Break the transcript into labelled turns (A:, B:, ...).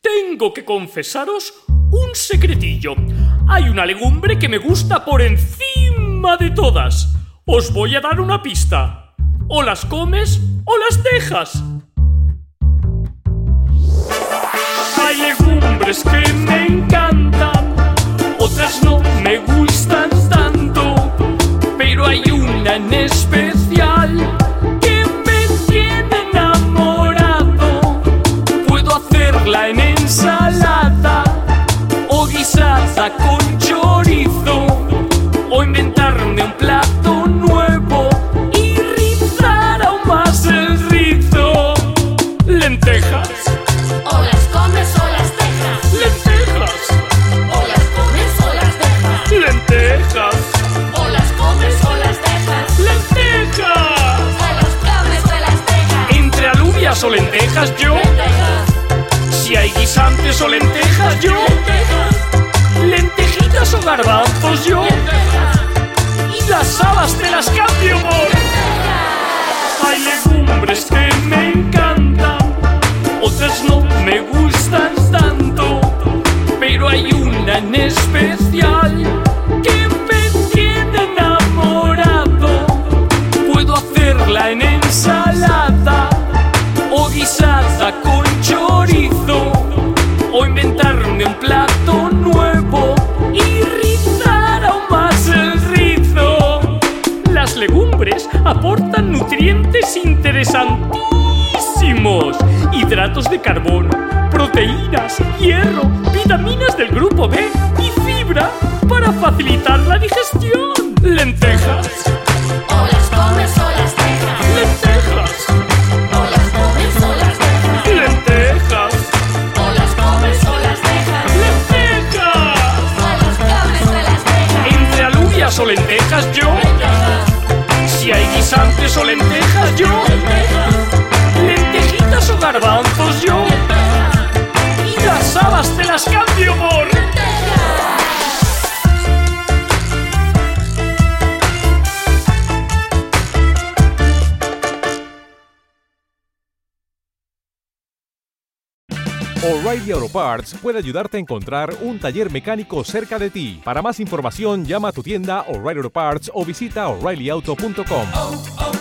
A: Tengo que confesaros un secretillo. Hay una legumbre que me gusta por encima de todas. Os voy a dar una pista. O las comes o las dejas. Hay legumbres que me encantan, otras no me gustan tanto, pero hay una en especial que me tiene enamorado. Puedo hacerla en ensalada o guisada con chorizo o inventarme un plato nuevo y rizar aún más el rizo. Lentejas,
B: O las comes o las dejas.
A: lentejas.
B: O las comes o las dejas.
A: Lentejas,
B: O las comes o las dejas.
A: lentejas.
B: O las comes o las dejas.
A: Entre alubias o lentejas yo,
B: Lentejas,
A: si hay guisantes o lentejas yo,
B: lentejas,
A: lentejitas o garbanzos yo, y las habas te las cambio por. Hay legumbres que me encantan, otras no me gustan tanto, pero hay una en especial. que me tiene enamorado Puedo hacerla en ensalada o guisada con chorizo o inventarme un plato nuevo y rizar aún más el rizo. Las legumbres aportan nutrientes interesantísimos, hidratos de carbono, proteínas, hierro, vitaminas del grupo B y fibra para facilitar la digestión. Lentejas,
B: O las comes o las dejas.
A: lentejas.
B: O las comes o las dejas.
A: Lentejas,
B: O las comes o las dejas.
A: lentejas.
B: O las comes o las dejas.
A: Entre alubias o lentejas yo, si hay guisantes o lentejas yo, lentejitas o garbanzos yo, y las habas te las cambio por.
C: O'Reilly Auto Parts puede ayudarte a encontrar un taller mecánico cerca de ti. Para más información, llama a tu tienda O'Reilly Auto Parts o visita oreillyauto.com.
B: Oh,